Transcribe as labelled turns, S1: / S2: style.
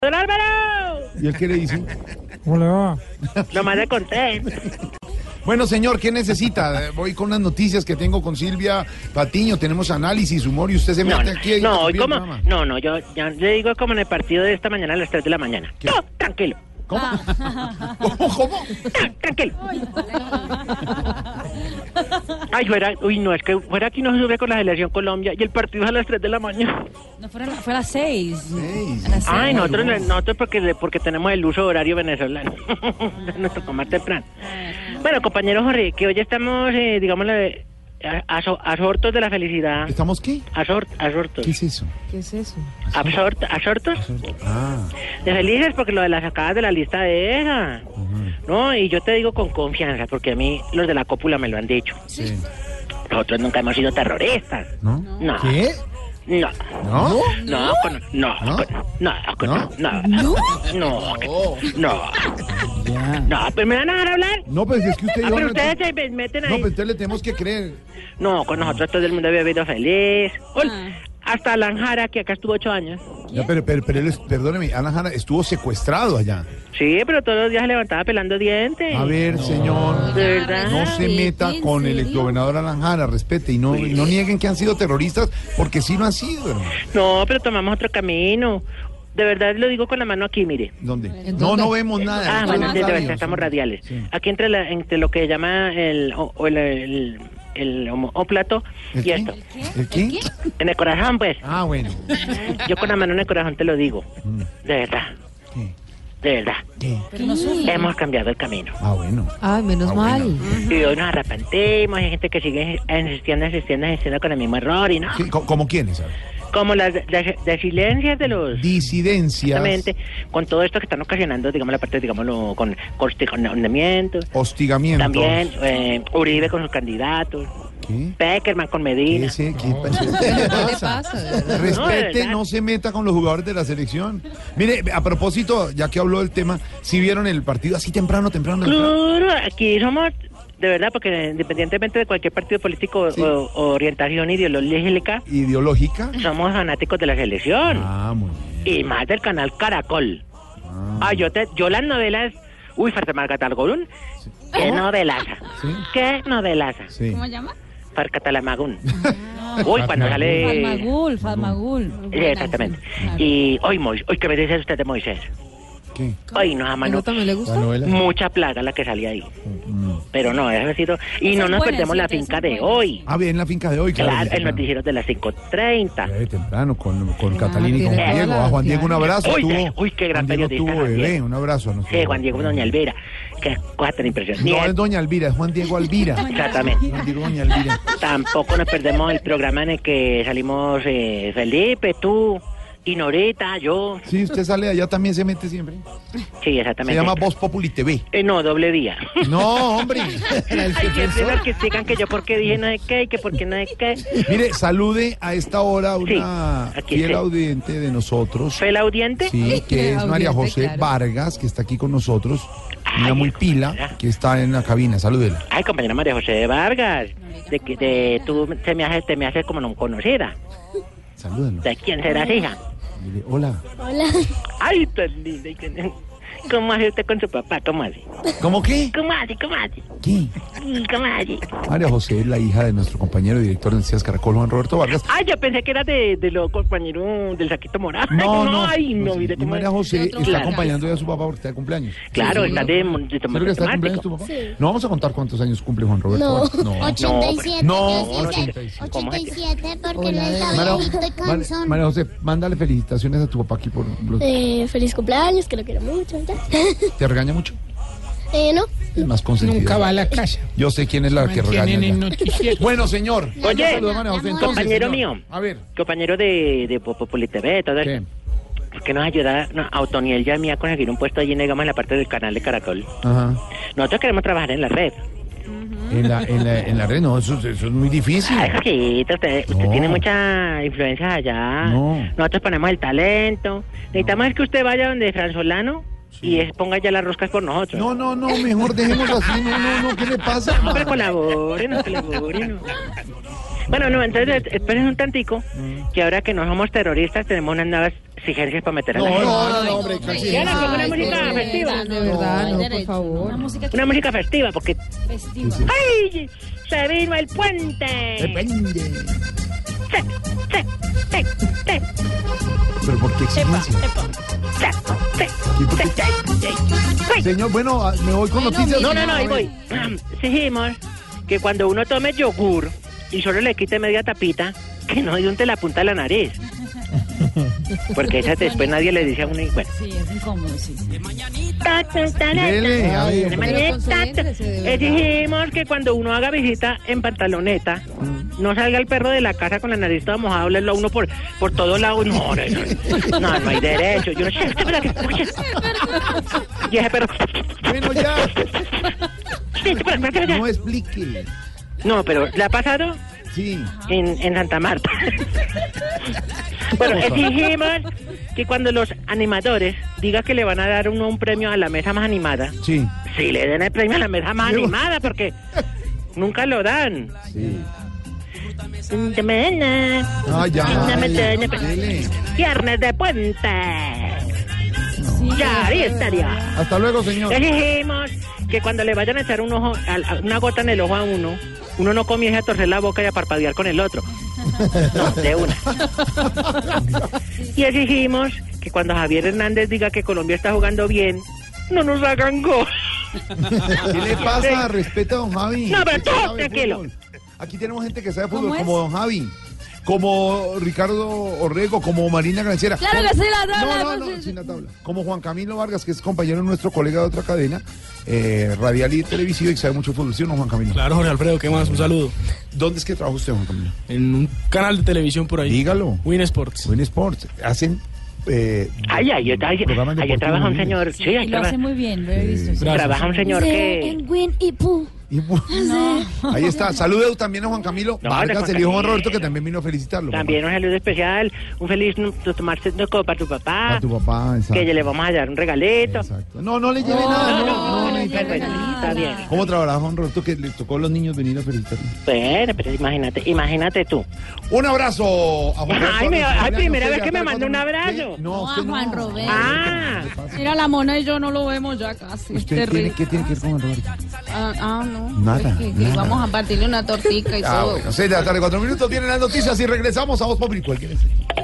S1: ¡Don Álvaro!
S2: ¿Y él qué le dice?
S3: ¿Cómo le va?
S1: Nomás le conté.
S2: Bueno, señor, ¿qué necesita? Eh, Voy con las noticias que tengo con Silvia Patiño. Tenemos análisis, humor y usted se
S1: No,
S2: mete
S1: no,
S2: aquí.
S1: no,
S2: a
S1: hoy
S2: subir el
S1: como,
S2: programa.
S1: no, no, yo ya le digo como en el partido de esta mañana a las 3 de la mañana.
S2: ¿Qué?
S1: No, tranquilo,
S2: ¿Cómo?
S4: Ah.
S2: ¿Cómo? ¿Cómo?
S1: no, tranquilo. Ay, fuera, uy, no, es que fuera aquí no se sube con la selección Colombia y el partido es a las 3 de la mañana.
S4: No, fueron, fue a las seis.
S2: Seis.
S4: A las seis.
S1: Ay, nosotros,
S2: no.
S1: nosotros porque, porque tenemos el uso horario venezolano. Nos tocó más temprano. Bueno, compañero Jorge, que hoy estamos, eh, digamos, a sortos de la felicidad.
S2: ¿Estamos qué?
S1: A sor- a sortos.
S2: ¿Qué es eso?
S4: ¿Qué es eso?
S1: Absor- absortos
S2: Ah,
S1: de felices porque lo de las sacadas de la lista de esa. No, y yo te digo con confianza, porque a mí los de la cópula me lo han dicho.
S2: sí.
S1: Nosotros nunca hemos sido terroristas.
S2: ¿No?
S1: No.
S2: ¿Qué?
S1: No.
S2: ¿No?
S1: No, con- no,
S2: ¿No?
S1: con- no, con- no,
S4: ¿No?
S1: no, no, no, pues me van a dejar hablar.
S2: No, pues es que usted
S1: Ah,
S2: dijo-
S1: pero ustedes se me- meten
S2: No,
S1: ahí.
S2: pues entonces le tenemos que creer.
S1: No, con nosotros todo el mundo había vivido feliz. Ol-
S4: Ah.
S1: Hasta Lanjara, que acá estuvo ocho años.
S2: No, pero, pero, pero él es- perdóneme, Alan Hanna estuvo secuestrado allá.
S1: Sí, pero todos los días se levantaba pelando dientes.
S2: A ver, señor.
S1: De verdad.
S2: No se meta con el exgobernador Alan Jara, respete y no, y no nieguen que han sido terroristas, porque sí lo han sido. hermano.
S1: No, pero tomamos otro camino. De verdad lo digo con la mano aquí, mire.
S2: ¿Dónde?
S4: ¿En
S2: No,
S4: dónde?
S2: no vemos nada.
S1: Ah,
S2: Estamos
S1: bueno,
S4: estamos
S1: de- de-
S2: radios.
S1: estamos radiales.
S2: Sí.
S1: Aquí entre, la, entre lo que llama el, o, o el, el, el homóplato
S2: ¿El
S1: y
S2: qué?
S1: esto.
S2: ¿El qué?
S1: En el corazón, pues.
S2: Ah, bueno.
S1: Yo con la mano en el corazón te lo digo.
S2: Mm,
S1: De verdad,
S2: ¿Qué?
S1: de verdad.
S2: ¿Qué?
S4: Pero no sufre.
S1: Hemos cambiado el camino.
S2: Ah, bueno.
S5: Ay, menos
S2: Ah,
S5: mal.
S2: bueno.
S1: Y hoy nos arrepentimos, hay gente que sigue insistiendo, insistiendo, insistiendo con el mismo error y no.
S2: ¿Qué? ¿Cómo, cómo quiénes? A ver.
S1: Como las las desilencias de los...
S2: Disidencias.
S1: Pues, Exactamente, con todo esto que están ocasionando, digamos, la parte, digámoslo, con consternamiento,
S2: Hostigamiento.
S1: también eh, Uribe con sus candidatos,
S2: ¿Qué?
S1: Peckerman con
S2: ¿Qué,
S1: Medina.
S2: es- qué pasa? ¿Qué
S5: ¿Qué
S2: le
S5: le
S2: pasa?
S5: pasa? de verdad?
S1: No, de
S2: Respete,
S1: verdad.
S2: no, se meta con los jugadores de la selección. Mire, a propósito, ya que habló del tema, si vieron el partido así temprano, temprano, temprano?
S1: Claro, aquí somos, de verdad, porque independientemente de cualquier partido político
S2: Sí.
S1: o, o orientación ideológica,
S2: ideológica.
S1: somos fanáticos de la selección
S2: Ah, muy bien.
S1: y más del canal Caracol.
S2: Ah.
S1: Ah, yo, te, yo las novelas, uy, Farca Margatalgorún, qué
S2: ¿Cómo?
S1: novelaza,
S2: Sí.
S1: qué novelaza,
S2: Sí.
S4: ¿Cómo llama?
S1: Farca Talamagún. Uy, cuando sale...
S4: Fatmagul, Fatmagul.
S1: Eh, Sí, exactamente. Y hoy, Mois- hoy que me dice usted de Moisés.
S2: ¿Qué?
S1: Hoy nos
S5: ¿A
S1: amanó
S5: Nota me le
S2: La
S5: gusta?
S2: novela.
S1: mucha plaga la que salía ahí.
S2: Mm.
S1: Pero no, eso ha sido. Y no
S4: Son
S1: nos
S4: buenas,
S1: perdemos la
S4: sí,
S1: finca
S4: son
S1: de
S4: buenas.
S1: hoy.
S2: Ah, bien, la finca de hoy.
S1: Claro, el
S2: temprano.
S1: noticiero de las 5.30.
S2: Eh, temprano, con, con Catalina y con
S5: Ah, tiene
S2: Diego.
S5: toda
S2: A
S5: la-
S2: Juan Diego un abrazo.
S1: Uy,
S2: tuvo,
S1: uy, qué gran
S2: Juan Diego
S1: periodista,
S2: tuvo
S1: Juan
S2: bebé,
S1: Diego.
S2: un abrazo a nosotros.
S1: Sí, Juan Diego Doña Elvira. Qué cosa tan impresionante.
S2: No es Doña Elvira, es Juan Diego Alvira.
S1: Exactamente.
S2: Juan Diego Doña Elvira.
S1: Tampoco nos perdemos el programa en el que salimos eh, Felipe, tú. Y Norita, yo.
S2: Sí, usted sale de allá también se mete siempre.
S1: Sí,
S2: Se
S1: exactamente.
S2: llama Voz Populi TV.
S1: Eh, no, doble día.
S2: No, hombre.
S1: Hay que que sigan que yo porque dije no sé qué y que porque no sé qué.
S2: Mire, salude a esta hora a una
S1: Sí, aquí
S2: fiel
S1: estoy.
S2: audiente de nosotros.
S1: ¿Fue el audiente?
S2: Sí, que es
S5: Audiente,
S2: María José
S5: claro.
S2: Vargas, que está aquí con nosotros. Una
S1: Ay,
S2: muy pila,
S1: compañera.
S2: que está en la cabina. Salúdela.
S1: Ay, compañera María José de Vargas, de que de, tú se me haces, te me haces como no conocida.
S2: Salúdela.
S1: ¿De quién serás hija?
S2: Dile, hola.
S1: Ay, tan linda. y tan- ¿Cómo hace usted con su papá? ¿Cómo hace?
S2: ¿Cómo qué?
S1: ¿Cómo hace? ¿Cómo hace?
S2: ¿Qué?
S1: Sí, ¿Cómo hace?
S2: María José es la hija de nuestro compañero y director de Noticias Caracol, Juan Roberto Vargas.
S1: Ay, yo pensé que era de, de los compañeros del saquito morado.
S2: No, no.
S1: Ay, no,
S2: sé,
S1: mire
S2: y
S1: cómo
S2: María
S1: es.
S2: José
S4: otro
S2: está
S1: Vargas.
S2: acompañando ya a su papá porque está de cumpleaños.
S1: Claro,
S2: Sí,
S1: está de, de tomate
S2: ¿Seguro que está de cumpleaños tu
S1: temático.
S2: papá? No vamos a contar cuántos años cumple Juan Roberto.
S6: No. 87.
S2: No,
S6: yo
S2: no,
S6: sí sé.
S2: 87.
S6: 87 porque
S5: Hola,
S6: no
S2: María,
S6: estaba viejito y
S2: María-
S6: cansón.
S2: María José, mándale felicitaciones a tu papá aquí por... los-
S6: Eh, feliz cumpleaños, que lo quiero mucho. ¿ya?
S2: ¿Te regaña mucho?
S6: Eh, no.
S2: Es más consentido.
S3: Nunca va a la casa.
S2: Yo sé quién es la que regaña.
S3: Mantienen en
S2: allá.
S3: noticiero.
S2: Bueno, señor.
S1: Oye,
S2: saludo a María José, entonces,
S1: compañero
S2: señor.
S1: mío.
S2: A ver.
S1: Compañero de, de Popoli TV, todo
S2: ¿Qué?
S1: eso. ¿Por qué nos ayuda no, a Otoniel y a mí a conseguir un puesto allí, digamos, en la parte del canal de Caracol?
S2: Ajá.
S1: Nosotros queremos trabajar en la red.
S2: En la, en la, en la red, no, eso, eso es muy difícil.
S1: Ay, Jorgito, usted, usted
S2: No.
S1: tiene mucha influencia allá.
S2: No.
S1: Nosotros ponemos el talento. Necesitamos es que usted vaya donde Fran Solano y es- ponga ya las roscas por nosotros.
S2: No, no, no, mejor dejemos así. No, no, no, ¿qué le pasa?
S1: Hombre,
S2: hermano?
S1: colaboren, colaboren. Bueno, no, entonces eh, esperen
S2: Mm.
S1: un tantico, que ahora que no somos terroristas tenemos unas nuevas exigencias para meter a la
S2: No,
S1: gente.
S2: no, no, no, hombre, taxi.
S1: Ya la
S2: Ay,
S1: una
S2: qué
S1: música
S2: pena.
S1: festiva.
S3: De verdad,
S6: hay
S3: no, por
S6: derecho,
S3: favor.
S4: Una música
S1: Una música festiva, porque.
S4: festiva.
S1: ¡Ay! Se vino el puente.
S2: Depende.
S1: Se, se, se, se,
S2: Pero ¿por qué exigencia?
S1: se,
S2: ¿Y por
S1: se,
S2: qué?
S1: se, se.
S2: Señor, bueno, ah, me voy con noticias.
S1: No, no, no, ahí voy. Dijimos que cuando uno tome yogur y solo le quite media tapita, que no unte la punta de la nariz. Porque esa después nadie le dice a uno. y Bueno.
S4: Sí, es incómodo, sí. sí.
S1: Ta, ta, ta, la,
S2: Dele,
S1: ta.
S2: a ver,
S1: De
S2: pero
S1: manera,
S3: concéntrese, de
S1: ta, ta.
S3: verdad.
S1: Exigimos que cuando uno haga visita en pantaloneta, no salga el perro de la casa con la nariz toda mojada, olerlo a uno por, por todos lados. No, no, no, no, no hay derecho. Yo no sé, espera, que- oye. Y ese perro.
S2: Bueno, ya.
S1: sí, espera, espera, espera.
S2: No explique.
S1: No, pero ¿le ha pasado?
S2: Sí.
S1: Ah. en, en Santa Marta. bueno, exigimos que cuando los animadores digan que le van a dar uno un premio a la mesa más animada,
S2: Sí.
S1: si le den el premio a la mesa más
S2: Yo-
S1: animada, porque nunca lo dan.
S2: Sí. Ah, ya. Dele.
S1: Viernes de puente.
S4: Sí,
S1: Ya, ahí
S4: es verdad.
S1: estaría.
S2: Hasta luego, señor.
S1: Exigimos que cuando le vayan a echar un ojo, al- a- una gota en el ojo a uno, uno no comience a torcer la boca y a parpadear con el otro. No, de una. Y exigimos que cuando Javier Hernández diga que Colombia está jugando bien, no nos hagan gol.
S2: ¿Qué le pasa? Respeta a don Javi.
S1: No, pero
S2: Usted
S1: tú,
S2: sabe
S1: tranquilo.
S2: fútbol. Aquí tenemos gente que sabe
S4: ¿Cómo
S2: fútbol,
S4: es?
S2: como don Javi, como Ricardo Orrego, como Marina Granciera.
S4: Claro que sí, la tabla.
S2: No, no,
S4: pues,
S2: no, sin la tabla. Como Juan Camilo Vargas, que es compañero nuestro colega de otra cadena, eh, radial y televisiva, y que sabe mucho fútbol, ¿sí o no, Juan Camilo?
S5: Claro, Jorge Alfredo, ¿qué más? Un saludo.
S2: ¿Dónde es que trabaja usted, Juan Camilo?
S5: En un canal de televisión por ahí.
S2: Dígalo.
S5: Win Sports.
S2: Win Sports. Hacen. Eh,
S1: Ay, ay, yo, ay,
S2: programas
S1: ay, yo
S2: deportivos
S1: trabaja un
S2: muy bien.
S1: señor. Sí, ahí
S4: y lo
S1: traba-
S4: hace muy bien, lo he visto. sí.
S5: Gracias.
S1: trabaja un señor que.
S6: en Win y Pooh.
S2: Y bueno, Ahí está. Saludos también a Juan Camilo
S1: No, de
S2: Vargas,
S1: Juan
S2: el hijo de Juan
S1: Camilo.
S2: Roberto, que también vino a felicitarlo.
S1: También un saludo especial, un feliz no- tu- tomarse no, como para tu papá,
S2: A tu papá, exacto.
S1: que le vamos a dar un regalito.
S2: Exacto. No, no le lleve nada. No, no,
S4: no,
S2: le
S4: no,
S2: lleve
S1: bueno,
S2: nada.
S1: está bien.
S2: ¿Cómo trabaja Juan Roberto que le tocó a los niños venir a felicitarlo?
S1: Bueno, pero imagínate, imagínate tú.
S2: Un abrazo a Juan Roberto.
S1: Ay, me- ay,
S2: Cumpleaños,
S1: primera vez
S2: oiga,
S1: que me
S2: pero
S1: manda un
S2: cuando-
S1: abrazo.
S2: ¿Qué? No,
S4: No, a
S2: usted
S4: Juan Roberto.
S1: Ah.
S4: Mira, la mona y yo no lo vemos ya casi.
S2: ¿Usted tiene,
S3: Terrible.
S2: qué tiene que ver con Juan Roberto?
S3: Ah, ah, no.
S2: Nada,
S3: Que- que
S2: nada.
S3: Vamos a partirle una tortica y
S2: Ah,
S3: todo.
S2: bueno, seis de la tarde, cuatro minutos, tienen las noticias y regresamos a Voz Populi. Cualquiera sea.